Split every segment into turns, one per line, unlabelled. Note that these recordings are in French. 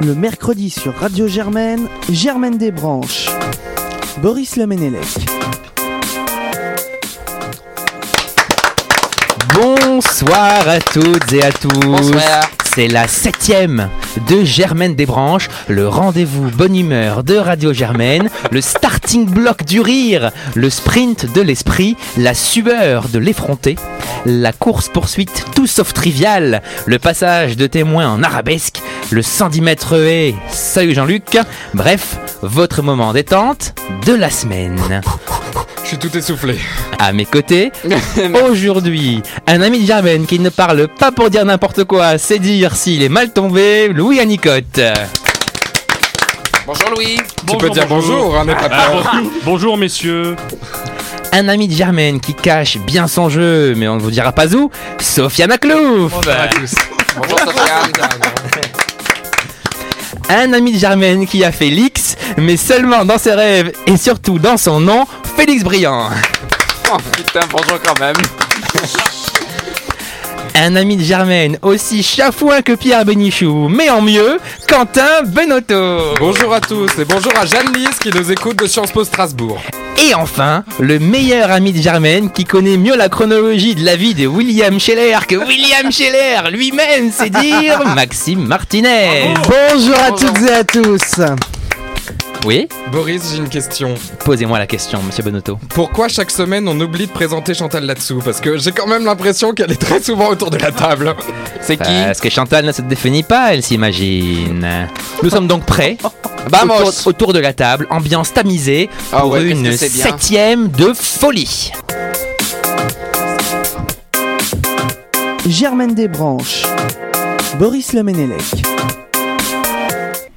Le mercredi sur Radio Germaine, Germaine des Branches. Boris Lemenelec.
Bonsoir à toutes et à tous.
Bonsoir.
C'est la septième de Germaine Desbranches, le rendez-vous bonne humeur de Radio Germaine, le starting block du rire, le sprint de l'esprit, la sueur de l'effronté, la course-poursuite tout sauf triviale, le passage de témoin en arabesque, le 110 mètres et salut Jean-Luc, bref, votre moment détente de la semaine.
Je suis tout essoufflé.
À mes côtés, aujourd'hui, un ami de Germaine qui ne parle pas pour dire n'importe quoi, c'est dire s'il est mal tombé, Louis Anicotte.
Bonjour Louis.
Bonjour,
tu peux dire bonjour, hein, n'est pas
Ah,
peur.
bon- bonjour messieurs.
Un ami de Germaine qui cache bien son jeu, mais on ne vous dira pas où, Sofiane Aklouf.
Bonjour Sofiane.
Un ami de Germaine qui a Félix, mais seulement dans ses rêves et surtout dans son nom, Félix Briand.
Ah,
Oh, putain, bonjour quand même.
Un ami de Germaine aussi chafouin que Pierre Bénichou, mais en mieux, Quentin Benotto.
Bonjour à tous et bonjour à Jeanne Lise qui nous écoute de Sciences Po Strasbourg.
Et enfin, le meilleur ami de Germaine qui connaît mieux la chronologie de la vie de William Scheller que William Scheller lui-même, c'est dire Maxime Martinez.
Bonjour à
Bonjour.
toutes et à tous.
Oui,
Boris, j'ai une question.
posez-moi la question, monsieur Bonotto.
Pourquoi chaque semaine on oublie de présenter Chantal là-dessous Parce que j'ai quand même l'impression qu'elle est très souvent autour de la table. C'est qui
Parce que Chantal ne se définit pas, elle s'imagine. Nous sommes donc prêts, autour,
Vamos
autour de la table, ambiance tamisée,
Ah
pour
ouais, qu'est-ce
une
que c'est bien.
septième de folie.
Germaine des Branches. Boris Lemenelec.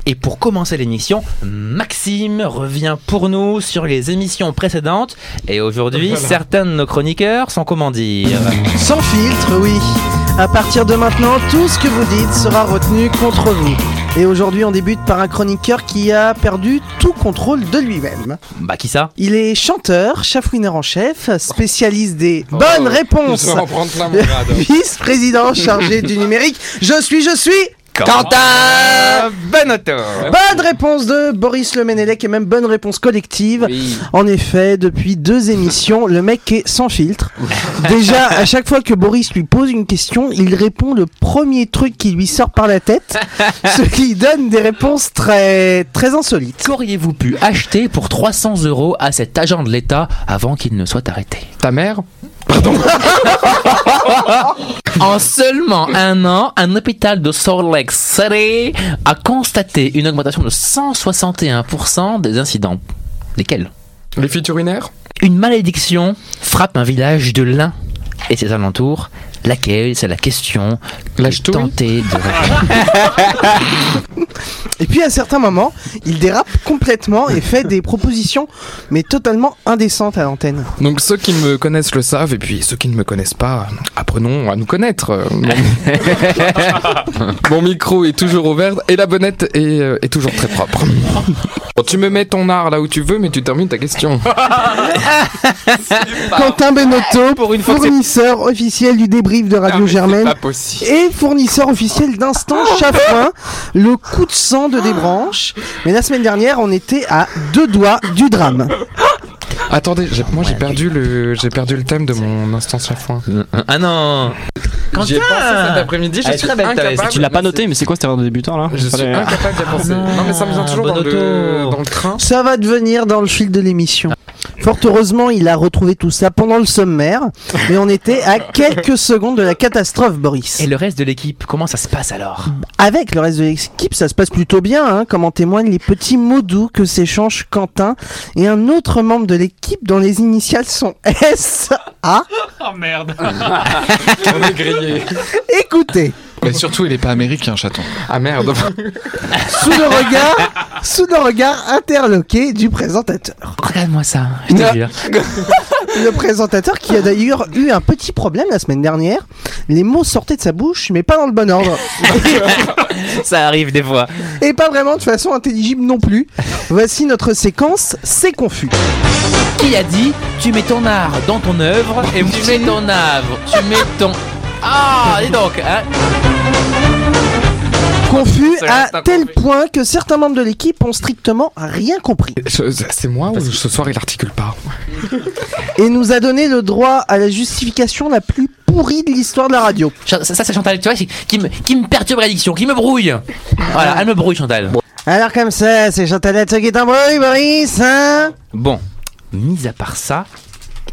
Et pour commencer l'émission, Maxime revient pour nous sur les émissions précédentes. Et aujourd'hui, certains de nos chroniqueurs sont comment dire
Bah.
Sans filtre, oui. À partir de maintenant, tout ce que vous dites sera retenu contre vous. Et aujourd'hui, on débute par un chroniqueur qui a perdu tout contrôle de lui-même.
Bah qui ça
Il est chanteur, chafouineur en chef, spécialiste des bonnes
Oh, Je
réponses,
vais en prendre plein mon grade.
vice-président chargé du numérique. Je suis, je suis
Ah Quentin Benotto
Bonne réponse de Boris Lemenelec et même bonne réponse collective.
Oui.
En effet, depuis deux émissions, le mec est sans filtre. Déjà, à chaque fois que Boris lui pose une question, il répond le premier truc qui lui sort par la tête, ce qui donne des réponses très, très insolites.
Qu'auriez-vous pu acheter pour 300 euros à cet agent de l'État avant qu'il ne soit arrêté
Ta mère
En seulement un an, un hôpital de Salt Lake City a constaté une augmentation de 161% des incidents. Lesquels
Les fuites urinaires
Une malédiction frappe un village de l'Ain et ses alentours. Laquelle C'est la question que
La
j'ai
ch'touille
tenté de répondre.
Et puis, à certains moments, il dérape complètement et fait des propositions, mais totalement indécentes à l'antenne.
Donc ceux qui me connaissent le savent, et puis ceux qui ne me connaissent pas, apprenons à nous connaître. Euh, Mon, Mon micro est toujours ouvert et la bonnette est, euh, est toujours très propre. Bon, tu me mets ton art là où tu veux, mais tu termines ta question.
Quentin Benotto,
Pour une fois que c'est-
fournisseur officiel du débrief de Radio Germaine.
Pas possible.
et fournisseur officiel d'Instant Chafouin, le coup de sang de débranche. Mais la semaine dernière, on était à deux doigts du drame.
Attendez, j'ai- moi j'ai perdu le j'ai perdu le thème de mon instance à foin.
Ah non
J'y ai pensé cet après-midi, je
Elle est
suis
très belle, ta veste.
incapable.
Tu l'as pas noté, mais c'est quoi cette erreur de débutant là
Je suis
Fallait-
incapable d'y penser.
non,
Non mais ça me vient toujours dans le,
Bonotto.
dans le train.
Ça va devenir dans le fil de l'émission. Fort heureusement, il a retrouvé tout ça pendant le sommaire, mais on était à quelques secondes de la catastrophe, Boris.
Et le reste de l'équipe, comment ça se passe alors
Avec le reste de l'équipe, ça se passe plutôt bien, hein, comme en témoignent les petits mots doux que s'échangent Quentin et un autre membre de l'équipe dont les initiales sont S.A.
Oh merde.
On est grillé.
Écoutez.
Mais Bah, surtout, il est pas américain, chaton.
Ah merde.
sous le regard, sous le regard interloqué du présentateur.
Regarde-moi ça, je te jure.
Le présentateur qui a d'ailleurs eu un petit problème la semaine dernière. Les mots sortaient de sa bouche, mais pas dans le bon ordre.
Ça arrive des fois.
Et pas vraiment de façon intelligible non plus. Voici notre séquence, c'est confus.
Qui a dit tu mets ton art dans ton œuvre et tu mets ton œuvre, tu mets ton ah dis donc hein.
confus
Ça reste
à tel point que certains membres de l'équipe ont strictement rien compris
Je- C'est moi ou ce soir il articule pas
et nous a donné le droit à la justification la plus pourrie de l'histoire de la radio.
Ch- Ça, ça, c'est Chantal, tu vois, c'est- qui me, qui me perturbe l'addiction, qui me brouille. Voilà, elle me brouille, Chantal.
Alors comme ça, c'est Chantalette qui est en bruit, Boris, hein
Bon,
Mis à part ça,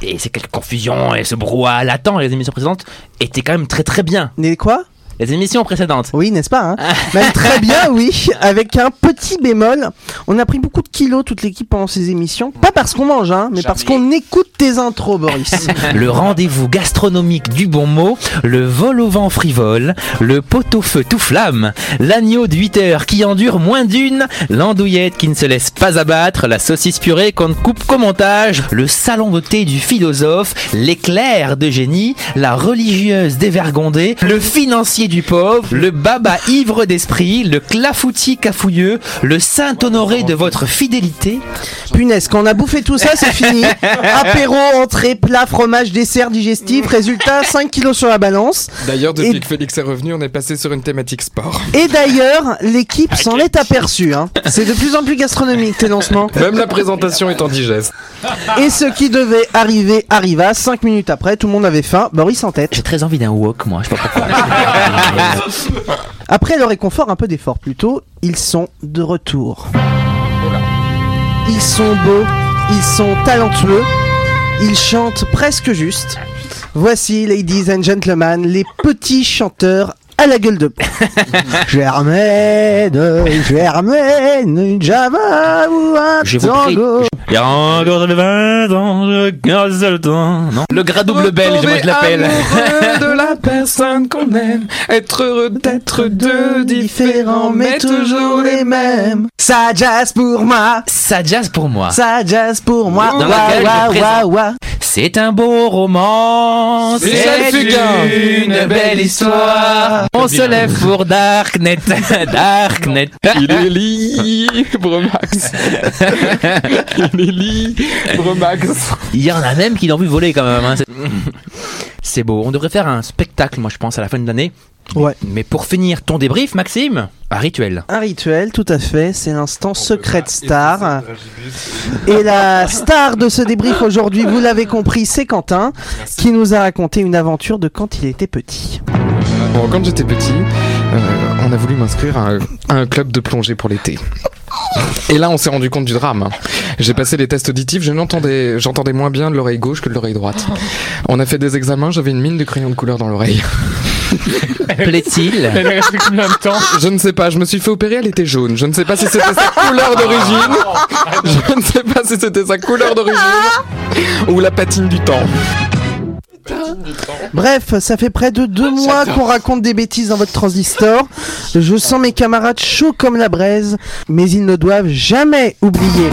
et c'est quelques confusions et ce brouhaha latent, les émissions précédentes étaient quand même très très bien.
Mais quoi
Les émissions précédentes.
Oui, n'est-ce pas hein Même très bien, oui, avec un petit bémol. On a pris beaucoup de kilos toute l'équipe pendant ces émissions. Pas parce qu'on mange, hein, mais parce qu'on écoute tes intros, Boris.
le rendez-vous gastronomique du bon mot, le vol au vent frivole, le pot au feu tout flamme, l'agneau de 8 heures qui endure moins d'une, l'andouillette qui ne se laisse pas abattre, la saucisse purée qu'on ne coupe qu'au montage, le salon de thé du philosophe, l'éclair de génie, la religieuse dévergondée, le financier du pauvre, le baba ivre d'esprit, le clafoutis cafouilleux, le saint honoré de votre fidélité,
Punaise, quand on a bouffé tout ça, c'est fini. Apéro, entrée, plat, fromage, dessert, digestif. Résultat, 5 kilos sur la balance.
D'ailleurs, depuis
Et-
que Félix est revenu, on est passé sur une thématique sport.
Et d'ailleurs, l'équipe s'en est aperçue. hein. C'est de plus en plus gastronomique, tes lancements.
Même la présentation est en digeste.
Et ce qui devait arriver arriva. Cinq minutes après, tout le monde avait faim. Boris en tête.
J'ai très envie d'un wok, moi, je sais pas pourquoi.
Après le réconfort, un peu d'effort plutôt, ils sont de retour. Ils sont beaux, ils sont talentueux, ils chantent presque juste. Voici, ladies and gentlemen, les petits chanteurs à la gueule de bois. Germaine, Germaine, une java ou un
Je vous prie,
tango.
Il y a encore 20 ans, je garde le temps. Non
Le gras double belge, moi je l'appelle.
Amoureux de la personne qu'on aime, être heureux d'être deux différents, mais toujours les mêmes.
Ça jazz pour moi,
Ça jazz pour moi.
ça jazz pour moi.
Dans
Ouah,
laquelle
ouah,
je présente.
ouah, ouah.
C'est un beau roman.
Michel Fugain.
une belle histoire. On se lève pour Darknet. Darknet.
Il est libre, Max. Il est libre, Max.
Il y en a même qui l'ont vu voler quand même. hein. C'est- C'est beau. On devrait faire un spectacle, moi je pense, à la fin de l'année.
Ouais.
Mais pour finir ton débrief, Maxime, un rituel.
Un rituel, tout à fait, c'est l'instant Secret Star. Et la star de ce débrief aujourd'hui, vous l'avez compris, c'est Quentin, qui nous a raconté une aventure de quand il était petit.
Bon, quand j'étais petit, euh, on a voulu m'inscrire à, un- à un club de plongée pour l'été. Et là, on s'est rendu compte du drame. hein. J'ai passé les tests auditifs, je n'entendais, j'entendais moins bien de l'oreille gauche que de l'oreille droite. On a fait des examens, j'avais une mine de crayon de couleur dans l'oreille.
Plaît-il
Elle est restée combien de temps
Je ne sais pas, je me suis fait opérer, elle était jaune. Je ne sais pas si c'était sa couleur d'origine. Je ne sais pas si c'était sa couleur d'origine ou la patine du temps.
Bref, ça fait près de deux mois qu'on raconte des bêtises dans votre transistor. Je sens mes camarades chauds comme la braise, mais ils ne doivent jamais oublier.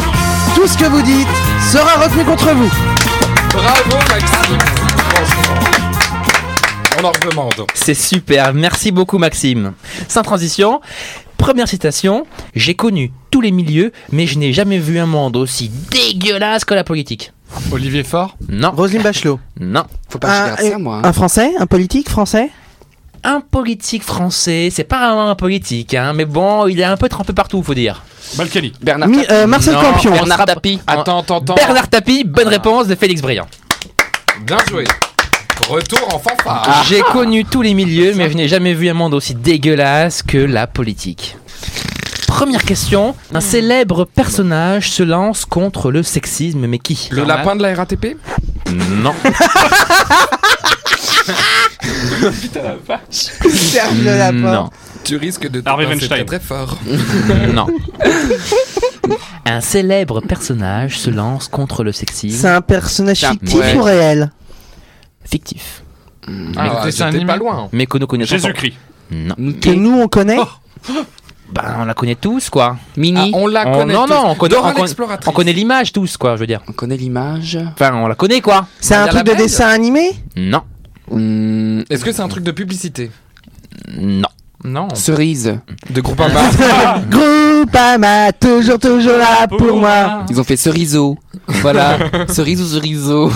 Tout ce que vous dites sera retenu contre vous.
Bravo Maxime On en redemande.
C'est super. Merci beaucoup, Maxime. Sans transition, première citation. J'ai connu tous les milieux, mais je n'ai jamais vu un monde aussi dégueulasse que la politique.
Olivier Faure
Non,
Roselyne Bachelot.
non.
Faut pas que je
Un-
regarde ça, moi. hein.
Un français Un politique français
Un politique français, c'est pas vraiment un politique, hein, mais bon, il est un peu trempé partout, faut dire.
Balkany.
Bernard.
Mi- euh, Marcel
Non,
Campion.
Bernard Tapie.
Attends, attends, attends.
Bernard Tapie, bonne réponse de Félix Briand.
Bien joué. Retour en fanfare.
J'ai connu tous les milieux, mais je n'ai jamais vu un monde aussi dégueulasse que la politique. Première question, un
Hmm.
célèbre personnage se lance contre le sexisme, mais qui
Le lapin de la RATP
Non.
Serge le Lapin.
Non.
Tu risques de te
Harvey
pincer
Weinstein.
très, très fort.
Hmm, Non. Un célèbre personnage se lance contre le
C'est
sexisme
un personnage fictif
ouais.
ou réel
fictif.
Ah,
Écoutez,
c'est un
j'étais pas
animé.
loin.
Mais que nous connaissons.
Jésus-Christ.
Non.
Que nous on connaît
Ben, on la connaît tous, quoi. Mini.
Ah, on la connaît
non,
tous.
non, on connaît,
Dora
on connaît-
l'exploratrice.
on connaît l'image tous, quoi, je veux dire.
On connaît l'image.
Enfin, on la connaît, quoi.
C'est un
Maria
truc de
Labelle
dessin animé
Non.
Hum,
Est-ce que c'est un truc de publicité
Non.
Non.
cerise.
De groupe Imba
Groupama, toujours toujours là pour moi.
Ils ont fait ceriseau. voilà. Cerise ou ceriseau.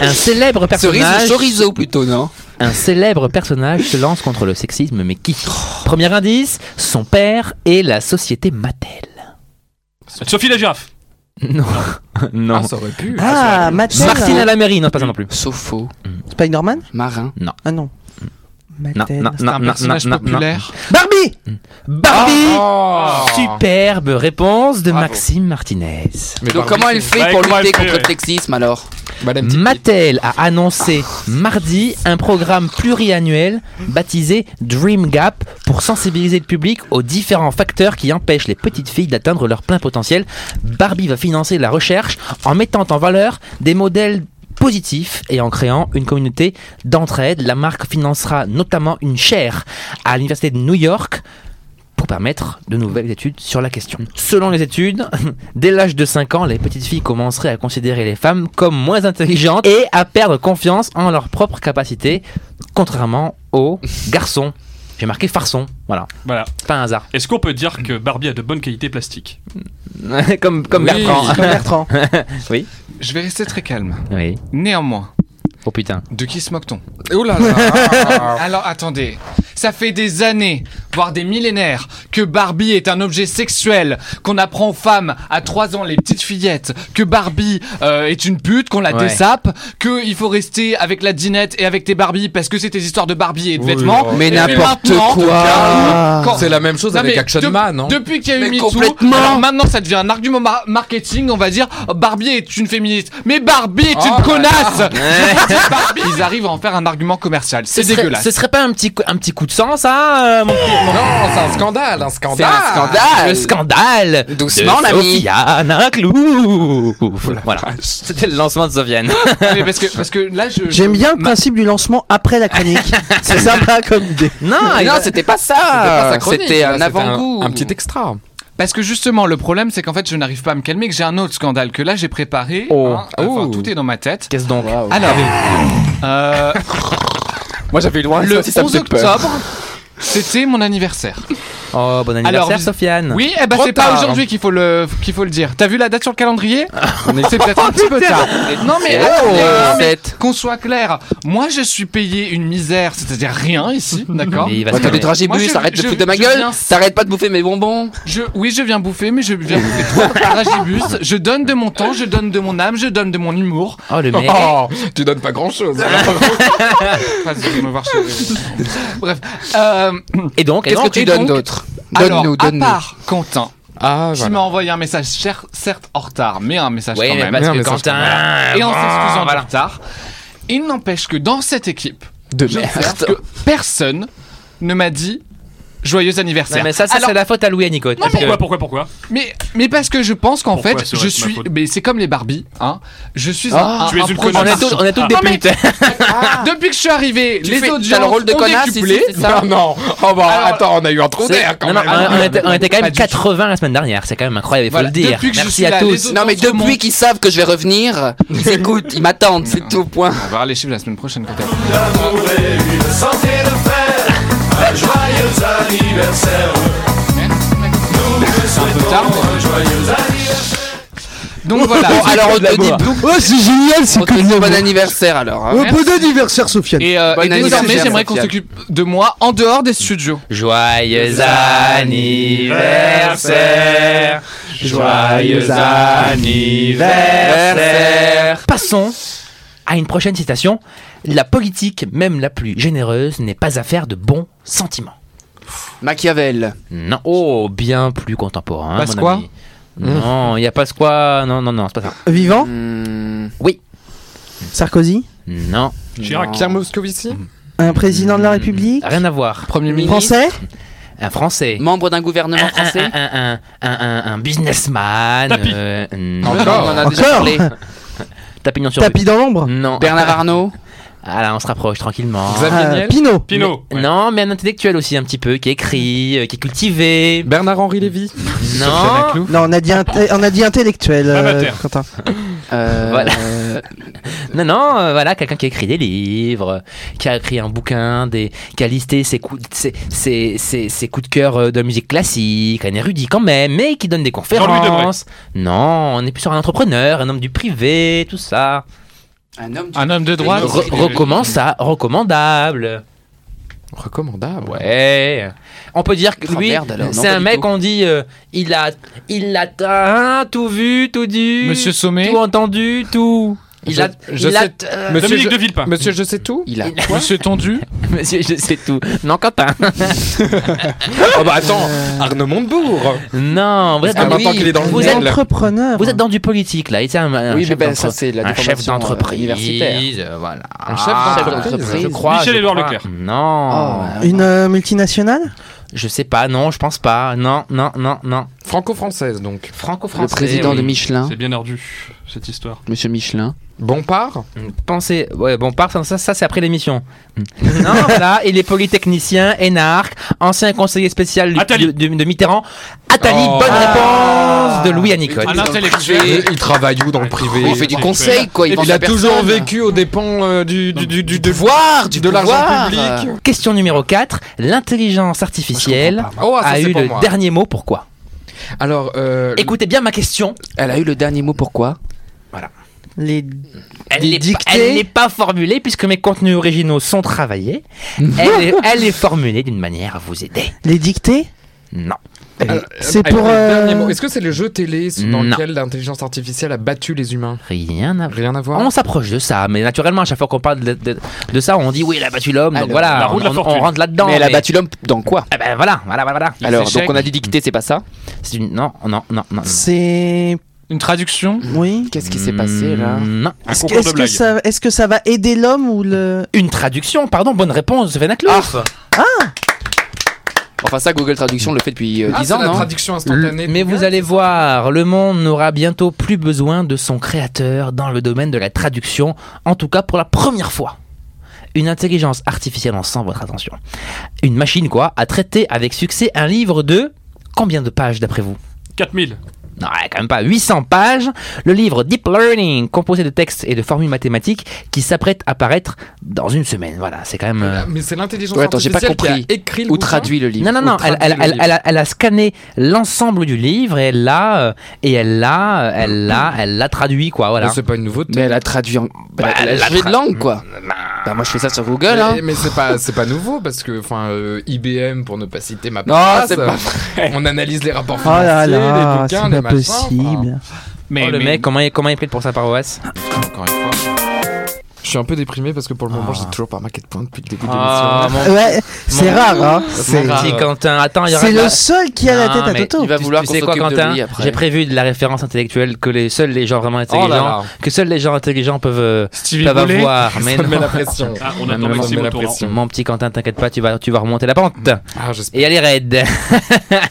Un célèbre
Cerise ou
personnage.
chorizo plutôt, non
Un célèbre personnage se lance contre le sexisme, mais qui Premier indice, son père et la société Mattel.
Sophie la girafe.
Non, non.
Ah, ça aurait pu.
Ah, Mattel.
Martine à la mairie, non, c'est pas ça non plus.
Sofo,
Spider-Man
marin,
Ah non.
Non,
Mattel.
non, non, non,
Un
non,
personnage
non, non.
populaire.
Barbie
Barbie Ah,
Oh
Superbe réponse de
Bravo.
Maxime Martinez.
Mais
Donc
par-
comment elle fait
Ouais,
pour
comment
lutter
elle fait,
contre le
ouais.
sexisme alors
Madame Titi.
Mattel a annoncé mardi un programme pluriannuel baptisé Dream Gap pour sensibiliser le public aux différents facteurs qui empêchent les petites filles d'atteindre leur plein potentiel. Barbie va financer la recherche en mettant en valeur des modèles positifs et en créant une communauté d'entraide. La marque financera notamment une chaire à l'université de New York pour permettre de nouvelles études sur la question. Selon les études, dès l'âge de 5 ans, les petites filles commenceraient à considérer les femmes comme moins intelligentes et à perdre confiance en leur propre capacité, contrairement aux garçons. J'ai marqué farçon, voilà,
Voilà.
c'est pas un hasard.
Est-ce qu'on peut dire que Barbie a de bonnes qualités plastiques
comme comme
Oui.
Bertrand.
Comme Bertrand.
Je vais rester très calme.
Oui.
Néanmoins,
Oh putain.
de qui se moque-t-on
Oh là là
Alors attendez, ça fait des années, voire des millénaires, que Barbie est un objet sexuel, qu'on apprend aux femmes à 3 ans les petites fillettes, que Barbie euh, est une pute, qu'on la
Ouais.
dessape, que il faut rester avec la dinette et avec tes Barbies parce que c'est tes histoires de Barbie et de
Oui,
vêtements.
oh.
Mais
Et
n'importe
maintenant,
quoi.
Ah.
quand-
C'est la même chose
Non,
avec
mais
Action
de-
Man, hein
Depuis qu'il y a eu
Mais
MeToo,
complètement.
alors maintenant ça devient un argument mar- marketing, on va dire oh, Barbie est une féministe. Mais Barbie est
Oh
une
là
connasse Barbie, Ils arrivent à en faire un argument commercial, c'est
Ce serait-
dégueulasse.
Ce serait pas un petit coup, un petit coup de sang, ça euh, mon petit-
Non, c'est un scandale, un
Oh,
C'est
scandale
un scandale
Le scandale
Doucement,
de
l'ami.
Sofiane Inclou. Voilà. C'était le lancement de Sofiane.
Mais parce que, parce que là, je.
J'aime bien le principe du lancement après la chronique. C'est sympa comme idée.
Non, il
Non,
a-
c'était pas
Ah,
pas
ça
sa chronique,
C'était
là,
un avant-goût
Un petit extra.
Parce que justement, le problème, c'est qu'en fait, je n'arrive pas à me calmer, que j'ai un autre scandale que là, j'ai préparé.
Oh.
hein, enfin,
Oh.
tout est dans ma tête.
Qu'est-ce donc
Alors. euh,
Moi j'avais loin
le 11 octobre, c'était mon anniversaire.
Oh, bon anniversaire,
Alors, vous-
Sofiane.
Oui, eh ben
Trop
c'est pas
tard.
aujourd'hui qu'il faut le qu'il faut le dire. T'as vu la date sur le calendrier C'est peut-être un petit peu tard. Non mais attendez, non, mais qu'on soit clair. Moi, je suis payé une misère, c'est-à-dire rien ici, d'accord
Mais il va se
Attends,
calmer.
les dragibus,
Moi, je-
arrête de
je-
foutre de ma
je
gueule
viens-
T'arrêtes pas de bouffer mes bonbons
Je, oui, je viens bouffer, mais je viens bouffer trois dragibus. Je donne de mon temps, je donne de mon âme, je donne de mon humour.
Oh, le mec.
Oh, tu donnes pas grand chose.
Enfin, je vais me voir chez- Bref. Euh,
Et donc, et
Qu'est-ce que
donc
tu
et
donnes
donc-
d'autre
alors,
Donne-nous,
à
donne-nous
part Quentin,
Ah,
qui m'a envoyé un message, cher- certes en retard, mais un message
Oui,
quand
mais
même.
parce
Non,
que
mais ça, je
Quentin.
et en s'excusant
Ah, voilà.
du retard. Il n'empêche que dans cette équipe,
De
je
merde.
que personne ne m'a dit joyeux anniversaire.
Non, mais ça, ça
Alors,
c'est la faute à Louis et Nicotte. parce que-
Pourquoi, pourquoi, pourquoi
mais, mais parce que je pense qu'en
Pourquoi
fait,
ça aurait
je
été ma
suis.
faute
Mais c'est comme les Barbies, hein. Je suis un- un.
Ah.
Tu es
un
une
produit-
on est
connasse.
tous, on est tous
Ah.
des
Non, mais-
putes.
Depuis que je suis arrivé,
Tu
les
fais- t'as
audiences
le rôle de
ont
connasse ici,
décuplé.
c'est ça
Non, non. Oh, bah,
Alors-
attends, on a eu un trou
C'est-
d'air quand
non, non,
même.
on, on était, on était quand
Pas
même
du tout.
80 la semaine dernière, c'est quand même incroyable, il faut
Voilà,
le dire.
depuis que je
Merci
suis
à
là, les
tous.
autres-
Non mais
Comment-
depuis qu'ils savent que je vais revenir, ils écoutent, ils m'attendent, c'est tout point.
On verra les chiffres la semaine prochaine quand même. Un peu tard, mais- Donc voilà.
Bon alors on te dit
Oh, c'est génial, c'est
on te dit bon anniversaire alors. hein.
Bon anniversaire, Sofiane.
Et, euh,
Bon
et désormais,
anniversaire,
j'aimerais qu'on
Sofiane.
s'occupe de moi en dehors des studios.
Joyeux anniversaire. Joyeux anniversaire. Passons à une prochaine citation. La politique, même la plus généreuse, n'est pas affaire de bons sentiments.
Machiavel.
Non. Oh, bien plus contemporain. mon
Pasqua
ami. Non, il y a pas quoi. Non, non, non, c'est pas ça.
Vivant
Hmm,
Sarkozy
Non,
Chirac.
Pierre Moscovici
Un président de la République
rien à voir.
Premier ministre.
Français
Un Français.
Membre d'un gouvernement
Un, un,
français.
un, un, un, un, un businessman.
Tapi.
euh, non.
Encore.
On en a déjà
Encore
parlé.
Tapignon sur
Tapis dans l'ombre
rue. Non.
Bernard Arnault.
Ah là, on se rapproche tranquillement.
Xavier
Euh,
Niel
Pinault
Pino.
Mais- Non, mais un intellectuel aussi un petit peu, qui écrit, euh, qui est cultivé.
Bernard-Henri Lévy Sofiane
Non.
Aclou
Non, on a dit, inte- on a dit intellectuel, euh,
Amateur.
Quentin.
Euh,
Voilà. Non, non, euh, voilà, quelqu'un qui a écrit des livres, qui a écrit un bouquin, des, qui a listé ses coups, ses, ses, ses- ses coups de cœur euh, de musique classique, un érudit quand même, mais qui donne des conférences. Non, on est plus sur un entrepreneur, un homme du privé, tout ça.
Un homme.
Un homme de droite
Re- recommence à recommandable.
Recommandable.
Ouais. On peut dire que
Ah,
lui,
merde, alors, non,
c'est
pas
un
du
mec,
tout.
on dit, euh, il a, il a hein, tout vu, tout dit,
Monsieur Sommet
tout entendu, tout. Il
Je-
a,
je
il a-
sais-
euh,
Monsieur,
Dominique
je...
de Villepin.
Monsieur, je sais tout.
Il a.
Monsieur Tondu
Monsieur, je sais tout. Non, Quentin.
Oh bah attends,
Euh,
Arnaud Montebourg.
Non, vous êtes,
Ah
dans,
oui,
maintenant qu'il est dans le
bah vous
vous
êtes-
Entrepreneur.
vous êtes dans du politique là. Il était un, un
Oui, mais
chef
ben,
d'entre-
ça, c'est la
un chef
déformation, euh,
d'entreprise.
universitaire.
euh, Voilà.
Un chef d'entreprise.
Je crois.
Michel
je
Édouard
crois.
Leclerc.
Non.
Ah.
Une euh, multinationale
Je sais pas. Non, je pense pas. Non, non, non, non.
Franco-française donc.
Franco-français.
Le président
oui.
de Michelin,
C'est bien ardu, cette histoire.
monsieur Michelin.
Bon part.
Mm. Pensez, ouais, bon, par ça, ça c'est après l'émission. Mm. non, voilà, il est polytechnicien, énarque, ancien conseiller spécial du-
Attali.
du- de, de Mitterrand. Attali,
Oh. Ah,
bonne
Ah.
réponse de Louis Anicotte.
Un
dans le
intellectuel.
privé.
Il travaille où dans le privé
Il fait du
Et
conseil, quoi. Il,
Il,
vend sa
a toujours
personne.
vécu aux dépens euh, du, du, du, du- de-
pouvoir, du
de l'argent
pouvoir.
public.
Question numéro 4, l'intelligence artificielle
Oh, ah, ça,
a
c'est
eu
pour
le
moi.
dernier mot, pourquoi
Alors, euh,
Écoutez bien ma question,
Elle a eu le dernier mot. Pourquoi
Les
elle
Des
n'est pas-
dictées
elle n'est pas formulée puisque mes contenus originaux sont travaillés, elle, est, elle est formulée d'une manière à vous aider.
les dictées
Non.
euh,
c'est
elle a
pour,
eu le
euh,
dernier mot. Est-ce que c'est le jeu télé
Non.
dans lequel l'intelligence artificielle a battu les humains
Rien à
Rien à voir.
On s'approche de ça, mais naturellement, à chaque fois qu'on parle de, de- de ça, on dit oui, elle a battu l'homme, donc
Alors,
voilà,
la
on,
roue de la
on- on
fortune.
rentre là-dedans.
Mais elle a
mais-
battu l'homme dans quoi
Eh ben voilà, voilà, voilà. voilà.
Alors,
s'échec.
donc on a dit dictée, c'est pas ça
C'est une. Non, non, non, non. non.
C'est
Une traduction
oui.
Qu'est-ce qui s'est passé là
Mm, Non.
Un
Est-ce que,
concours de
est-ce que
blagues.
ça, est-ce que ça va aider l'homme ou le
Une traduction, pardon, bonne réponse, Fenaclouf.
Enfin, ça, Google Traduction le fait depuis euh,
Ah,
10
c'est
ans,
la
non
traduction instantanée.
Mais vous allez voir, le monde n'aura bientôt plus besoin de son créateur dans le domaine de la traduction, en tout cas pour la première fois. Une intelligence artificielle, on sent votre attention. Une machine, quoi, a traité avec succès un livre de. Combien de pages d'après vous
4000.
Non, ouais, quand même pas 800 pages. Le livre Deep Learning, composé de textes et de formules mathématiques, qui s'apprête à paraître dans une semaine. Voilà, c'est quand même.
Ah,
euh,
Mais c'est l'intelligence
Ouais, attends, j'ai pas
artificielle qui a
compris.
écrit le
Ou
bouquin
traduit le livre
Non, non, non,
Ou
elle, elle-
traduit le
elle- elle a, elle a scanné l'ensemble du livre et elle l'a, euh, et elle l'a, euh, elle l'a, elle l'a traduit, quoi,
Mais
voilà.
C'est pas une nouveauté.
Mais elle a traduit en. Bah, elle a
elle a
changé de
tra-
langue, quoi. Bah, moi, je fais ça sur Google, hein.
Mais, mais c'est pas c'est pas nouveau parce que enfin euh, IBM pour ne pas citer ma
Non,
place,
c'est pas
on analyse les rapports
Oh là
financiers, Ah, les
là,
bouquins,
c'est
les
pas
machins, enfin.
possible.
Mais
Oh, le mec, comment il, comment il est pris pour sa paroisse
Ah,
Je suis un peu déprimé parce que pour le moment, j'ai toujours pas marqué de point depuis le début de
Ah,
l'émission.
mon
Euh, Ouais, c'est
Mon-
rare, hein.
petit
C'est,
rare.
Quentin, attends, il y aura
c'est
de la-
le seul qui a la
Non,
tête à
mais
Toto.
il va
Tu-
vouloir
tu
qu'on
sais quoi,
s'occupe de
Quentin
lui après.
J'ai prévu de la référence intellectuelle que les seuls les gens vraiment intelligents,
Oh là là.
que seuls les gens intelligents peuvent, euh,
Stevie
peuvent
Boulet
avoir.
Ça
Mais
me met
non.
la pression.
Ah, on
Ah,
attend
mais
Maxime
on met
au
la
tournant.
pression.
Mon petit Quentin, t'inquiète pas, tu vas, tu vas remonter la pente.
Ah, j'espère.
Et elle est raide.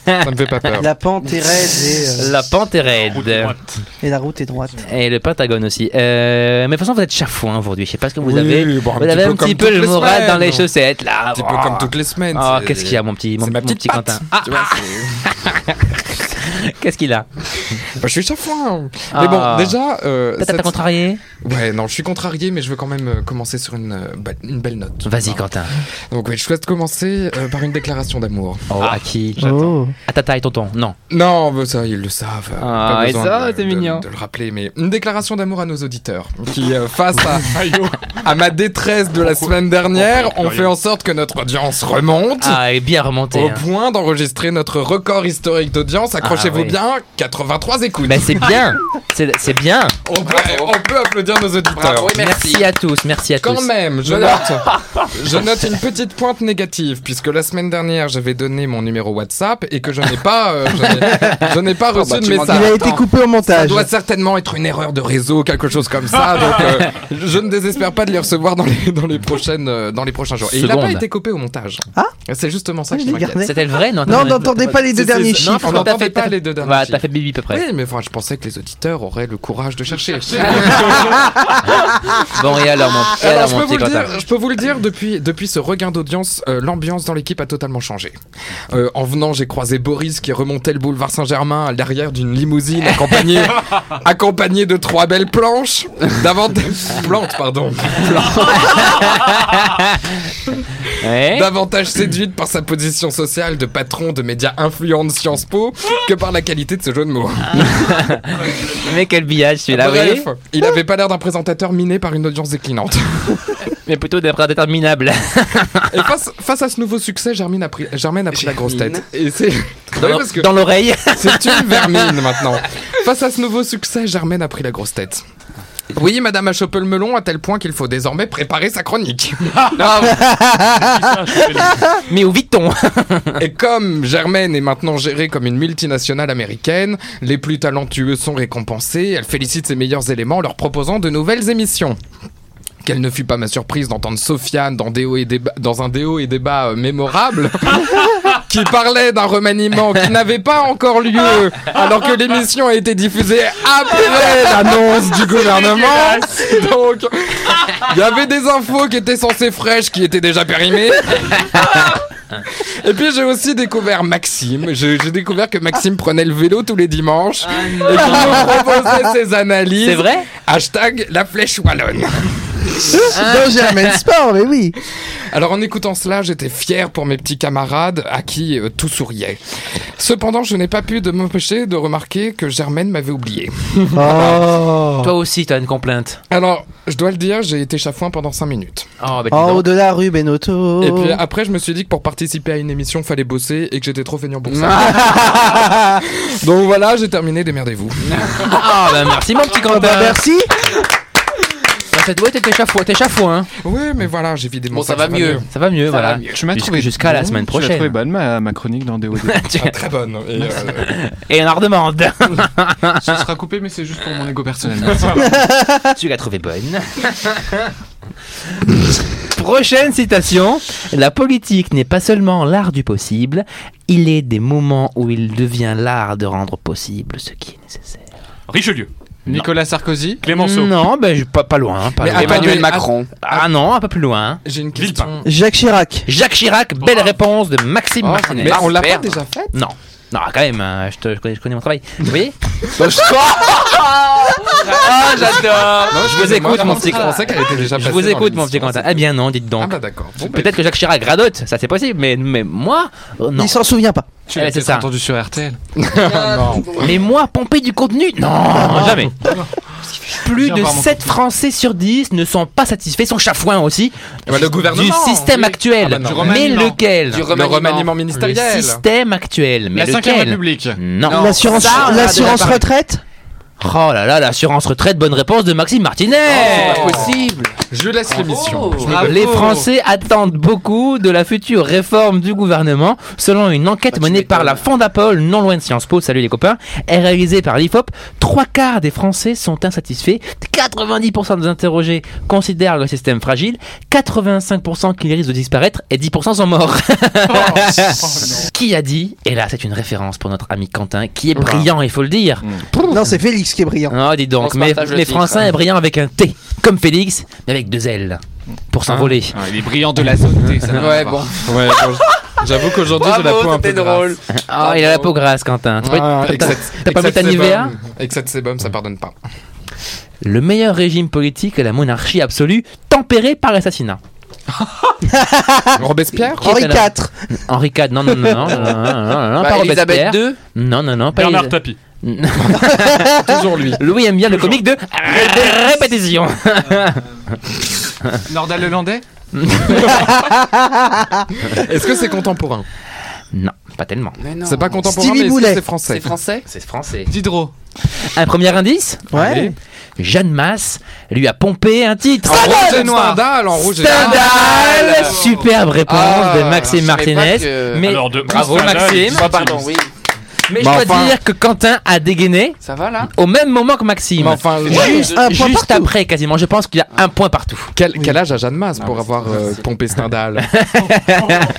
Ça me fait pas peur.
La pente est raide et, euh,
La pente est
Route de
raide.
droite.
et la route est droite.
Et le Pentagone aussi. Euh, mais de toute façon, vous êtes chafouin aujourd'hui. Je sais pas ce que vous
Oui,
avez.
bon, un
vous avez un
comme
petit peu
toutes
le
les
moral
semaines.
dans les chaussettes là.
Un petit peu comme toutes les semaines.
Oh,
c'est-
qu'est-ce qu'il y a, mon petit, mon,
c'est ma
mon
petite
petit
patte.
Quentin Ah,
Tu vois, c'est-
qu'est-ce qu'il a
Bah, je suis chafouin.
Ah.
Mais bon, déjà. euh,
Peut-être t'as
cette-
contrarié
Ouais, non, je suis contrarié, mais je veux quand même euh, commencer sur une, euh, ba- une belle note.
Vas-y,
Hein.
Quentin.
Donc, oui, je souhaite commencer euh, par une déclaration d'amour.
Oh, à qui
Ah.
Oh.
À ta taille, tonton. Non.
Non, mais ça, ils le savent.
Ah, et
Pas besoin
ça,
de,
c'est
de-
mignon.
De le rappeler, mais une déclaration d'amour à nos auditeurs qui, euh, face à,
oh.
à ma détresse de la semaine dernière,
Pourquoi
ont
il
fait en sorte que notre audience remonte.
Ah, elle est bien remonté.
Au point d'enregistrer notre record historique d'audience, accrochez-vous
oui.
bien, 83 écoutes.
Ah, Bah, c'est bien. C'est c'est bien.
on, peut, on peut applaudir nos auditeurs.
Bravo et merci.
Merci à tous. Merci à
Quand
tous.
même, je note, je note une petite pointe négative, puisque la semaine dernière, j'avais donné mon numéro WhatsApp et que je n'ai pas, euh, je n'ai- je n'ai pas
Oh,
reçu
bah,
de
tu m'en
message.
Il a été coupé au
Ça
montage.
doit certainement être une erreur de réseau, quelque chose comme ça. Donc, euh, je ne désespère pas de les recevoir dans les, dans les, prochaines, euh, dans les prochains jours. Et il n'a pas
Seconde.
été coupé au montage.
Ah
C'est justement ça
Ah,
qui
je l'ai
m'inquiète.
gardé.
C'était le vrai, non
Non,
t'as-
n'entendez pas les deux
C'est- c'est-
derniers
non,
chiffres.
on
t'as
n'entendait
fait-
pas
t'as-
les deux derniers
Voilà,
chiffres.
t'as fait bibi à peu près.
Oui, mais enfin, je pensais que les auditeurs auraient le courage de chercher.
Bon, et alors, mon, et
Alors,
alors,
Ah, je,
mon
peux
petit
vous le
Quentin
dire, je peux vous le dire, depuis, depuis ce regain d'audience, euh, l'ambiance dans l'équipe a totalement changé. Euh, en venant, j'ai croisé Boris qui remontait le boulevard Saint-Germain à l'arrière d'une limousine accompagnée, accompagnée de trois belles planches. Davantage, plantes, pardon.
Ouais. Eh
Davantage séduite par sa position sociale de patron de médias influents de Sciences Po que par voir la qualité de ce jeu de mots.
Mais quel billage celui-là, oui.
Bref, il avait pas l'air d'un présentateur miné par une audience déclinante.
Mais plutôt d'être déterminable.
Et face, face à ce nouveau succès, Germaine a pris, Germaine a pris la grosse tête. Et c'est Ouais,
Dans,
parce que
dans l'oreille.
c'est une vermine maintenant. Face à ce nouveau succès, Germaine a pris la grosse tête. Oui, madame a chopé le melon à tel point qu'il faut désormais préparer sa chronique.
ah,
Mais où vit-on
Et comme Germaine est maintenant gérée comme une multinationale américaine, les plus talentueux sont récompensés, elle félicite ses meilleurs éléments en leur proposant de nouvelles émissions. Quelle ne fut pas ma surprise d'entendre Sofiane dans, Déo et Déba- dans un déo et débat euh, mémorable qui parlait d'un remaniement qui n'avait pas encore lieu alors que l'émission a été diffusée après l'annonce du gouvernement. Donc, il y avait des infos qui étaient censées fraîches qui étaient déjà périmées. Et puis j'ai aussi découvert Maxime. Je- J'ai découvert que Maxime prenait le vélo tous les dimanches et qu'il nous proposait ses analyses.
Ah C'est vrai
Hashtag la flèche wallonne.
Hein? Dans Germaine Sport, mais oui.
Alors en écoutant cela, j'étais fier pour mes petits camarades à qui euh, tout souriait. Cependant, je n'ai pas pu de m'empêcher de remarquer que Germaine m'avait oublié.
Oh,
Toi aussi, t'as une complainte.
Alors, je dois le dire, j'ai été chafouin pendant 5 minutes.
Oh, bah, dis
en haut
donc.
de la rue Benotto.
Et puis après, je me suis dit que pour participer à une émission, fallait bosser et que j'étais trop feignant pour ça. Donc voilà, j'ai terminé, démerdez-vous.
Ah, bah, merci, mon petit
Ah
Oh,
Quentin.
bah, merci.
Bah, cette- ouais, t'es chafouin, t'es chafouin. hein.
Oui, mais voilà, j'ai vidé mon
Bon, ça
sac,
va mieux.
Ça va mieux, voilà.
Tu m'as
Jus-
trouvé
jusqu'à la
bon,
semaine
Tu
prochaine.
as trouvé bonne ma, ma chronique dans DOD.
Ah, très bonne. Et, euh,
Et on en redemande.
Ce sera coupé, mais c'est juste pour mon ego personnel.
tu l'as trouvée bonne. Prochaine citation. La politique n'est pas seulement l'art du possible, il est des moments où il devient l'art de rendre possible ce qui est nécessaire.
Richelieu.
Nicolas Sarkozy.
Clémenceau.
Non, ben, je- pas, pas loin. hein, pas
Mais
loin.
attends,
Emmanuel
Attendez,
Macron.
Ah non, un peu plus loin.
j'ai une
Villepin.
question.
Jacques Chirac.
Jacques Chirac, belle réponse de Maxime
Oh,
Martinez.
mais
Ah,
on l'a pas
merde.
déjà faite
Non. Non, quand même, hein, je, te- je connais, je connais mon travail. Oui
Oh,
Ah, j'adore Je vous écoute, mon petit
Je
Quentin.
pensais qu'elle était déjà
Je
passée
vous
dans
écoute, mon petit
l'émission.
Quentin. Ah bien non, dites
Ah
donc.
bah d'accord. Bon, bah,
Peut-être que Jacques Chirac radote, ça c'est possible, mais, mais moi, euh, non.
Il s'en souvient pas.
Tu
Eh,
l'as
c'est
peut-être
ça.
entendu sur RTL.
Mais moi, pomper du contenu Non, jamais. Plus
Viens
de
voir mon
7 Français sur 10 ne sont pas satisfaits, sont chafouins aussi,
Ah bah, le gouvernement.
du système
oui.
actuel.
Ah bah non.
mais
remaniement.
lequel
Du
Le
remaniement.
remaniement
Le
ministériel.
système actuel. Mais
La 5
lequel
République.
Non.
Non.
L'assurance
ça, on en a déjà
l'assurance
parlé.
retraite
Oh là là, l'assurance retraite, bonne réponse de Maxime Martinez
C'est pas possible.
Je laisse l'émission. Je me-
Bravo.
Les Français attendent beaucoup de la future réforme du gouvernement. Selon une enquête
Bah, tu
menée
m'étonnes.
par la Fondapol, non loin de Sciences Po, salut les copains, et réalisée par l'IFOP, trois quarts des Français sont insatisfaits, 90% des interrogés considèrent le système fragile, 85% qu'il risque de disparaître et 10% sont morts.
Oh,
qui a dit, et là c'est une référence pour notre ami Quentin, qui est brillant, il faut le dire.
Mm.
Non, c'est Félix qui est brillant.
Oh, dis
On
donc,
se
mais
partage le
les
titre,
Français
hein.
est brillant avec un T, comme Félix, mais avec deux L, pour s'envoler.
Ah, il est brillant de la zone T, ça n'a rien à
Ouais,
voir.
bon.
Ouais, bon, J'avoue qu'aujourd'hui, j'ai la peau
Bravo,
un peu
c'était drôle.
Ah, il a la peau grasse, Quentin. T'as
Ah.
pas- t'as- t'as- t'as pas mis ta Nivea
Except sébum, ça pardonne pas.
Le meilleur régime politique est la monarchie absolue, tempérée par l'assassinat.
Robespierre
Qui est
Henri
à la-
IV.
Henri IV, non, non, non, non, non, non, non, non, non,
Bah,
pas Robespierre.
Elisabeth II.
Non, non, non, pas
Bernard
Elisabeth.
Tapie.
Toujours lui.
Louis aime bien le comique de ré- répétition.
Nordal Lelandais
Est-ce que c'est contemporain
Non, pas tellement.
Mais non.
C'est pas contemporain,
Stevie
mais est-ce que
Boulet.
c'est
C'est
français
français
C'est français.
Diderot.
Un premier indice
Ouais.
Jeanne Masse lui a pompé un titre.
En rouge,
Stendhal.
Stendhal, en rouge.
Stendhal Superbe réponse
Ah,
de Maxime
je savais pas
Martinez.
que-
Mais
Alors, de-
bravo
Stendhal,
Maxime.
il-
Ah, pardon, oui.
Mais
Bah,
je dois
enfin.
dire que Quentin a dégainé
Ça va là
au même moment que Maxime.
Mais enfin,
juste
un point
juste
partout.
après quasiment. Je pense qu'il y a un point partout.
quel, quel âge a Jeanne Masse pour avoir euh, pompé Stendhal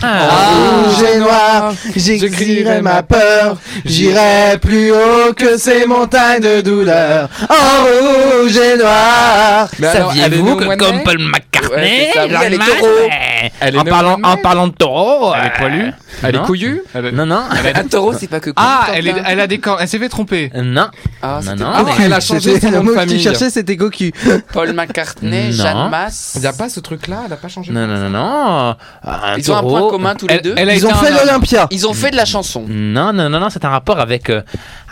Ah.
Oh.
Rouge et noir, j'exilerai ma peur, j'irai plus haut que ces montagnes de douleur. En rouge et noir.
Mais alors, elle est née
Saviez-vous
au mois
que
de
comme
mai
Paul McCartney,
Ouais, c'est ça, oui,
Elon
elle est
Musk,
taureau.
eh,
Elle est
en,
née au
parlant,
mois de
en
mai.
parlant de taureau,
Elle est
euh,
poilue.
Elle est
Non.
couillue
Non, non.
Un taureau, c'est pas que.
Ah,
Corentin,
elle, est-
hein.
elle a des cornes. Elle s'est fait tromper.
euh, Non.
Ah,
Non,
c'était
non.
pas
Ah, elle a changé
C'était-
son
le
nom
mot
de
que tu
famille.
cherchais, c'était Goku.
Paul McCartney,
Non.
Jeanne Masse.
Il n'y a pas ce truc-là Elle a pas changé
Non, non, non, non. Un
Ils ont un point
taureau.
commun tous les
Elle,
deux.
elle a
Ils
été
ont
un
fait
homme.
l'Olympia.
Ils ont fait de la chanson.
Non, non, non, non, c'est un rapport avec, euh,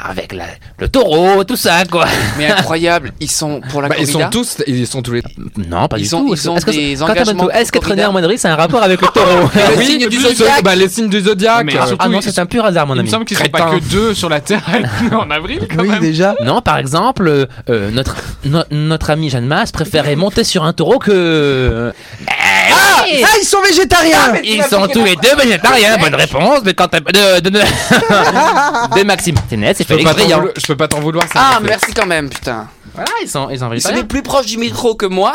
avec la- le taureau, tout ça, quoi.
Mais incroyable, ils sont pour la
Bah, ils sont
corrida.
tous, ils sont tous les.
Non, pas
Ils
du
ont-
tout.
ils ont
Est-ce que-
des
quand t'as
engagements
bonne- Est-ce qu'être né
corrida.
en Madrid, c'est un rapport avec le taureau
Le signe Bah, du
plus-
zodiaque.
bah, les signes du zodiaque.
Mais
Ah,
surtout,
Ah non,
ils-
c'est un pur hasard, mon
Il me
ami.
semble qu'ils sont pas
Crétin.
que deux sur la Terre en avril quand
Oui,
même.
déjà.
Non, par exemple, euh, euh, notre, no- notre amie Jeanne Masse préférait monter sur un taureau que. euh, Ah
Ah, ils sont végétariens
Ils sont tous les deux végétariens, bonne réponse, mais quand t'as. De, de, de- de Maxime Martinez, c'est
Je peux
Félix
pas t'en
Veillant.
vouloir- je peux pas t'en vouloir. ça
Ah,
m'a fait-
mais merci quand même, putain.
Voilà, ils sont, ils sont
Ils sont les
végétariens.
plus proches du micro que moi.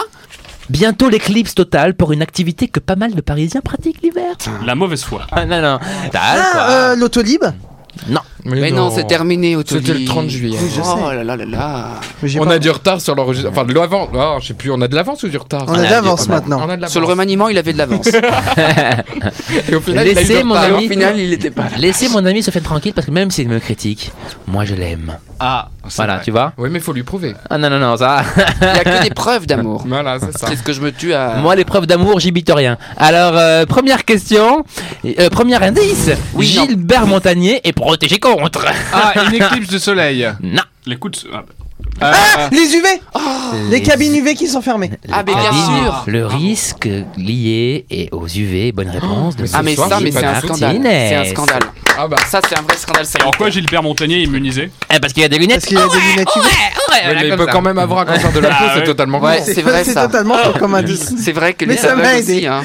Bientôt l'éclipse totale pour une activité que pas mal de Parisiens pratiquent l'hiver.
La mauvaise foi.
Ah, non, non. Dalle, quoi.
Ah, euh, l'autolib
Mais non, c'est terminé au
C'était le 30 juillet.
Oui, je
Oh là là là là.
Mais j'ai
On
pas-
a du retard sur l'enregistrement. Enfin, de l'avance. Ah, je sais plus, on a de l'avance ou du retard
On a de l'avance
On
maintenant.
a de l'avance.
Sur le remaniement, il avait de l'avance.
Et au final, il a eu
Laissez
du
mon
retard.
Et au
ami.
final, il était pas là.
Laissez mon ami se faire tranquille parce que même s'il me critique, moi je l'aime.
Ah,
Voilà, tu vois
Oui, mais faut lui prouver.
Ah non, non, non, ça.
Il y a que des preuves d'amour.
Voilà, c'est ça.
C'est ce que je me tue à.
Moi, les preuves d'amour, j'y bite rien. Alors, euh, première question, euh, premier indice.
Oui, non.
Gilbert Montagnier est protégé contre.
Ah, une éclipse de soleil.
Non.
Les coups de. ah, bah.
Ah, les UV Les cabines UV qui sont fermées.
Ah, mais bien
cabines,
sûr.
Le risque lié est aux UV, bonne réponse. de
mais
Ah, mais
Ce soir,
ça, mais
j'ai
c'est
pas
un
de
scandale.
soutien.
C'est un scandale.
Ah bah.
Ça, c'est un vrai scandale.
Alors
sanitaire.
quoi, Gilbert Montagnier est immunisé
Eh, parce qu'il y a des
Parce
lunettes.
qu'il y a des lunettes UV.
Ouais,
Ouais,
voilà,
mais il
comme
peut
ça.
quand même avoir un cancer de la peau,
Ah,
Eh, c'est
ouais.
totalement
Ouais,
con.
c'est vrai
C'est
ça.
totalement faux comme indice.
C'est vrai que
Mais
les
ça m'a
aveugles
aidé.
aussi. Hein.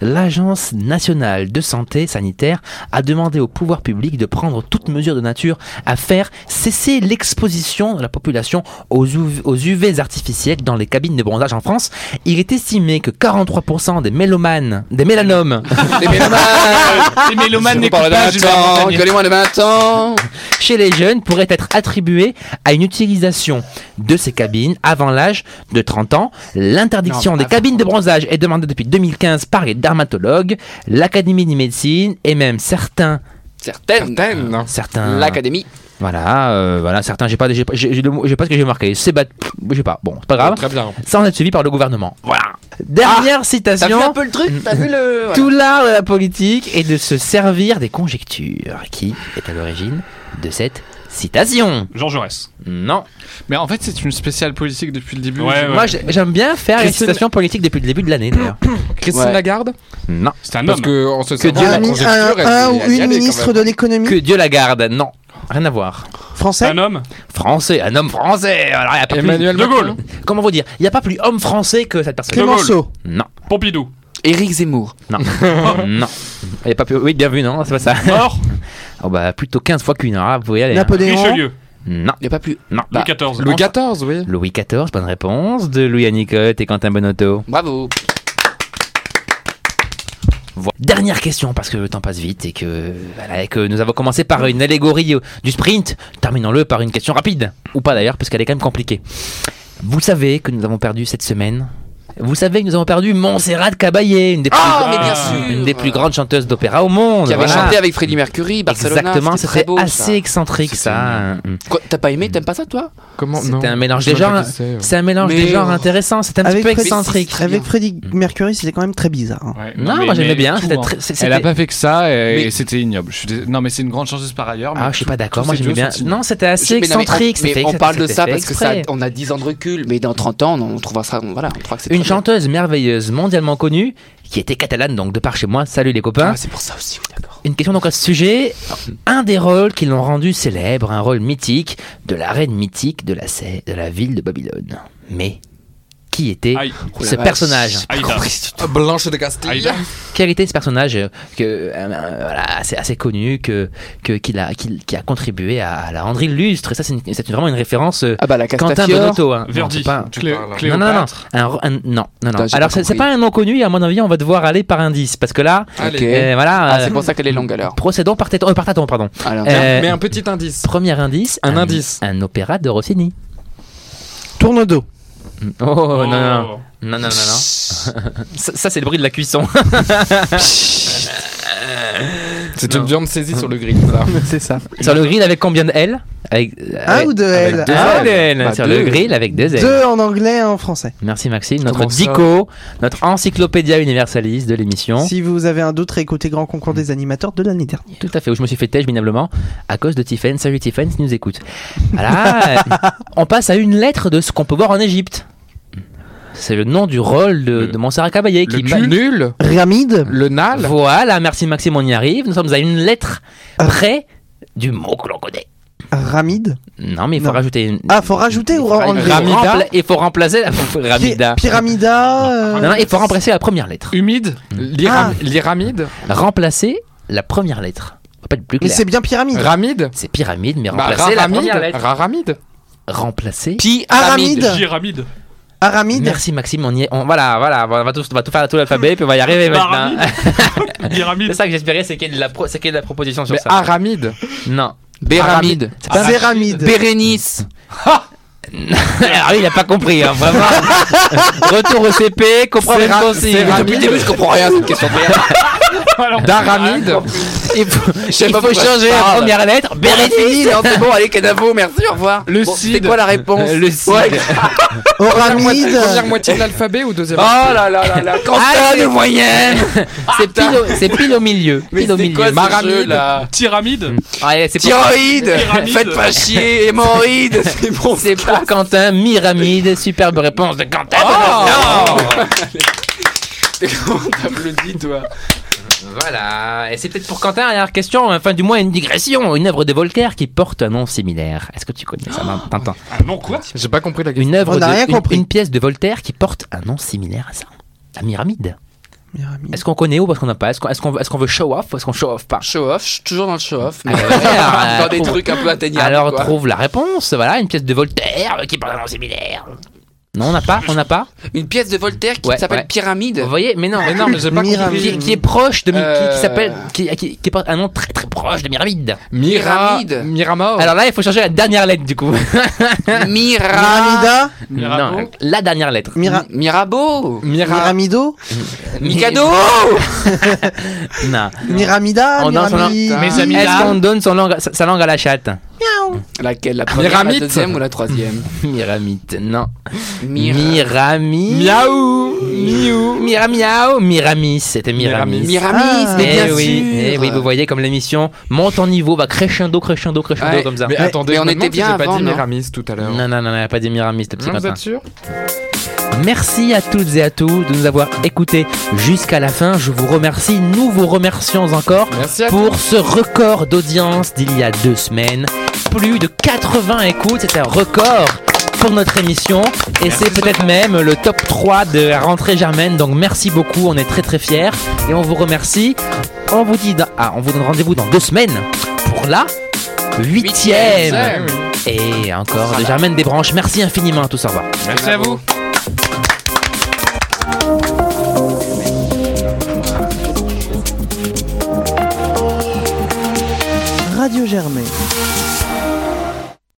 L'Agence nationale de santé sanitaire a demandé au pouvoir public de prendre toute mesure de nature à faire cesser l'exposition de la population aux, UV aux UV artificiels dans les cabines de bronzage en France. Il est estimé que 43% des mélomanes, des mélanomes,
Les mélomanes.
Les mélomanes
On
n'écoutent
parle de
pas Gilbert
20 ans.
Montagnier.
Gueulez-moi de 20 ans.
chez les jeunes pourraient être attribués à une utilisation de ces cabines avant l'âge de 30 ans. L'interdiction des cabines de bronzage est demandée depuis 2015 par les dermatologues, l'Académie de médecine et même certains
Certaines.
Certaines, non.
certains
L'académie.
Voilà, euh, voilà, certains, j'ai pas, j'ai pas, j'ai- j'ai le mot- j'ai pas ce que j'ai marqué. C'est bat, j'ai pas. Bon, c'est pas
Ah.
grave.
Très bien.
Sans être suivi par le gouvernement. Voilà. Dernière
Ah, T'as vu un
citation.
peu le truc T'as vu le. voilà.
Tout l'art de la politique est de se servir des conjectures. Qui est à l'origine de cette citation
Jean Jaurès.
Non.
Mais en fait, c'est une spéciale politique depuis le début.
Ouais, ouais.
Moi, j'ai- j'aime bien faire les
Christine-
citations politiques depuis le début de l'année. d'ailleurs.
Christine
Ouais.
Lagarde
Non.
C'est un
Parce
homme.
que on se sert
Dieu
de la
Un, mi-
conjecture,
un-
elle
un
est-
ou
elle y
une
allait quand
ministre
même.
de l'économie
Que Dieu la garde. Non. Rien à voir.
française
Un homme.
Français, un homme français. Alors, y a pas plus- Hein?
Emmanuel
De Gaulle.
Macron
Comment vous dire Il n'y a pas plus homme français que cette personne.
Clémenceau.
Non.
Pompidou.
Éric Zemmour.
non. Il y a pas plus- Oui, bien vu, non, c'est pas ça.
Mort.
Oh bah plutôt 15 fois qu'une, hein, vous pouvez y aller. hein.
Napoléon.
Richelieu.
Non,
Il n'y a pas plus.
non.
Bah,
Bah, Louis XIV.
Louis XIV, oui.
Louis XIV, bonne réponse, de Louis Anicotte et Quentin Bonotto.
Bravo.
Vo- Dernière question, parce que le temps passe vite et que, voilà, et que nous avons commencé par une allégorie euh, du sprint, terminons-le par une question rapide. Ou pas d'ailleurs, parce qu'elle est quand même compliquée. Vous savez que nous avons perdu cette semaine vous savez que nous avons perdu Montserrat Caballé, une des plus,
Ah,
mais bien
sûr.
une des plus grandes chanteuses d'opéra au monde.
Qui avait
voilà.
chanté avec Freddie Mercury, Barcelona.
Oh Exactement,
c'était très
c'était
beau.
assez excentrique ça. Mm.
ça. Quoi, T'as pas aimé T'aimes pas ça, toi
Ah,
Comment
C'était
non.
un mélange
Je
des
sais même
genres.
pas qui c'est.
Oh, C'est un mélange
Mais-
des genres intéressant, c'est un petit
Avec
peu
Fred-
excentrique.
Avec Freddie Mercury, c'était quand même très bizarre. hein.
Ouais,
Non,
mais-
moi j'aimais
mais
bien.
tout,
c'était
hein.
très- c'est-
Elle a
c'était-
pas fait que ça et,
Mais-
et c'était ignoble. Je suis dés- Non, mais c'est une grande chanteuse par ailleurs. mais
Ah, je suis pas
tout-
d'accord.
tous
Moi
ces
j'aimais
duos
bien.
sont ignobles.
Non, c'était assez
Mais non, mais on-
excentrique.
Mais,
c'était-
on parle de
c'était
ça
fait
parce que ça,
exprès.
on a 10 ans de recul, mais dans 30 ans, on trouvera ça. Voilà, on trouvera que c'est
Une
très bien.
chanteuse merveilleuse, mondialement connue, qui était catalane, donc de par chez moi. Salut les copains.
Ah, c'est pour ça aussi, oui, d'accord.
Une question donc à ce sujet. Un des rôles qui l'ont rendu célèbre, un rôle mythique de la reine mythique de la, sé- de la ville de Babylone. Mais qui était
Aïe.
Oh la
ce
vache,
personnage
j'ai pas
Aïda.
compris ce truc.
Blanche de Castille.
Aïda.
Quel était ce personnage euh, que euh, euh, voilà, c'est assez connu que que qu'il a qu'il- qui a contribué à, à la rendre illustre. Et ça c'est une- c'est une- vraiment une référence. euh,
Ah bah la
Quentin
Castafiore.
Bonotto. hein. Non,
Verdi.
c'est pas-
Clé-
parles, hein.
Non, non, non,
Cléopâtre.
Un ro- un- non, non, non.
Putain, j'ai
Alors,
pas
c'est c'est
compris.
pas un nom connu, à mon avis, on va devoir aller par indice. Parce que là,
Ok.
Allez.
euh, voilà.
Ah,
euh,
c'est pour ça qu'elle est longue alors.
procédons par tâton- euh, par tâton, pardon.
Alors,
Euh,
Mais un petit indice.
Premier indice.
Un indice.
Un opéra de Rossini.
Tourne dos.
Oh, non, non, non, non, non, non. ça, ça, c'est le bruit de la cuisson.
C'est une viande saisie sur le grill. Voilà.
C'est ça.
Sur le grill avec combien de L avec,
Un ou deux
avec
L
deux
Ah,
L.
des L.
Bah,
Sur
deux.
le grill avec deux L.
Deux en anglais, un en français.
Merci Maxime, notre
Comment ça
dico, notre encyclopédia universaliste de l'émission.
Si vous avez un doute, réécoutez Grand Concours des animateurs de l'année dernière.
Tout à fait, où je me suis fait têche minablement à cause de Tiffen. Salut Tiffen, si nous écoute. Voilà, euh, on passe à une lettre de ce qu'on peut voir en Égypte. C'est le nom du rôle de, de Montserrat Caballé qui
Le nul,
Pyramide,
le nal,
Voilà, merci Maxime, on y arrive. Nous sommes à une lettre près du mot que l'on connaît.
ramide.
Non, mais il faut
Non.
rajouter une.
Ah, faut rajouter ou
il faut raj-
enlever
Ramida. Rempla- Il faut remplacer la. Ramida.
Pi- Pyramida. euh,
Non, non, il faut remplacer la première lettre.
Humide
l'ira- l'iramide,
Remplacer la première lettre. On va pas être plus
Mais
clair.
c'est bien pyramide.
ramide,
C'est pyramide, mais
bah,
remplacer la première
raramide,
lettre.
raramide.
Remplacer.
Aramide.
Pyramide.
Aramide.
Merci Maxime, on y est. on- voilà, voilà, on va, tous, on va tout faire à tout l'alphabet, puis on va y arriver
Bah,
maintenant.
Pyramide.
C'est
Pyramide.
ça que j'espérais, c'est qu'il y, ait de la pro- c'est qu'il y ait de la proposition sur
Mais ah.
ça.
aramide,
Non.
Béramide.
C'est pas-
Céramide.
Bérénice.
Ah oui, il a pas compris, hein, vraiment. Retour au CP, comprendre
C'est
une
ra-
consigne.
c'est ra-
Depuis le début, je comprends rien à cette question.
d'aramide,
Il faut, il
pas
faut
pourquoi
changer
je
la
parle.
première lettre.
Bérénice. C'est bon, allez, Canavo, merci, au revoir.
Le
Bon, C'est
cid.
quoi la réponse
Le cid.
Oramide.
première moitié de l'alphabet ou deuxième
Oh là là là là, quand
Ah,
ça
c'est-
le moyenne
C'est pile, au- c'est pile au milieu.
Mais
pile au
c'est
milieu.
quoi ce
Maramide.
jeu là
Pyramide.
Ouais, c'est pour,
Thyroïde
Pyramide.
Faites pas chier, hémorroïde C'est bon
c'est pour Quentin, Myramide. Superbe réponse de Quentin.
Oh
Comment t'applaudis toi
Voilà, et c'est peut-être pour Quentin, dernière question, enfin du moins une digression, une œuvre de Voltaire qui porte un nom similaire. Est-ce que tu connais ça, Tintin
Ah non, quoi
J'ai pas compris la question.
Une œuvre
On
de
n'a rien
une-
compris.
Une, pièce de Voltaire qui porte un nom similaire à ça. La pyramide.
Pyramide.
Est-ce qu'on connaît ou parce qu'on n'a pas Est-ce qu'on est-ce qu'on veut- est-ce qu'on veut show off ou est-ce qu'on show off pas
Show off, je suis toujours dans le show off, mais
Ah, alors,
dans des
trouve-
trucs un peu atteignables.
Alors
quoi.
trouve la réponse, voilà, une pièce de Voltaire qui porte un nom similaire. Non, on n'a pas, on n'a pas.
Une pièce de Voltaire qui
Ouais,
s'appelle
ouais.
Pyramide.
Vous voyez, mais non, mais non, mais j'ai
pas Myramide. compris.
Qui, qui est proche de, mi- qui- qui
Euh.
s'appelle, qui, qui, qui porte un nom très très proche de Myramide.
Mira,
Pyramide.
Miramor.
Alors là, il faut changer la dernière lettre du coup.
Mira...
Pyramida.
Mirabeau.
Non, la dernière lettre.
Mira-
Mirabeau
Mira,
Miramido.
Mikado
Non.
Miramida.
On danse, on danse.
Mirami-
Mes amis
Est-ce
là.
qu'on donne son langue- sa sa langue à la chatte
Laquelle La première, la
Miramide.
deuxième ou la troisième
Myramide, non.
Mira...
Mirami.
Miaou.
Miou. Mira miaou. Miramis, c'était Miramis.
Miramis,
Ah.
mais
Eh
bien
oui,
sûr
eh oui, vous voyez comme l'émission monte en niveau, va crescendo, crescendo, crescendo
Ouais,
comme ça.
Mais
Mais-
attendez,
mais
je
on
me
était
demande si
bien
j'ai pas
avant,
dit
non
Miramis tout à l'heure.
Non, non, non, non, pas des Miramis, le petit
Non, vous
matin.
êtes sûr
Merci à toutes et à tous de nous avoir écoutés jusqu'à la fin. Je vous remercie. Nous vous remercions encore
Merci à
pour ce record d'audience d'il y a deux semaines. Plus de 80 écoutes, c'est un record pour notre émission et c'est peut-être même le top 3 de la rentrée germaine. Donc merci beaucoup, on est très très fiers et on vous remercie. On vous dit, dans- ah, on vous donne rendez-vous dans deux semaines pour la huitième
Ouais, oui.
et encore de Germaine Desbranches. Merci infiniment, tous au revoir.
Merci à vous.
Radio Germain.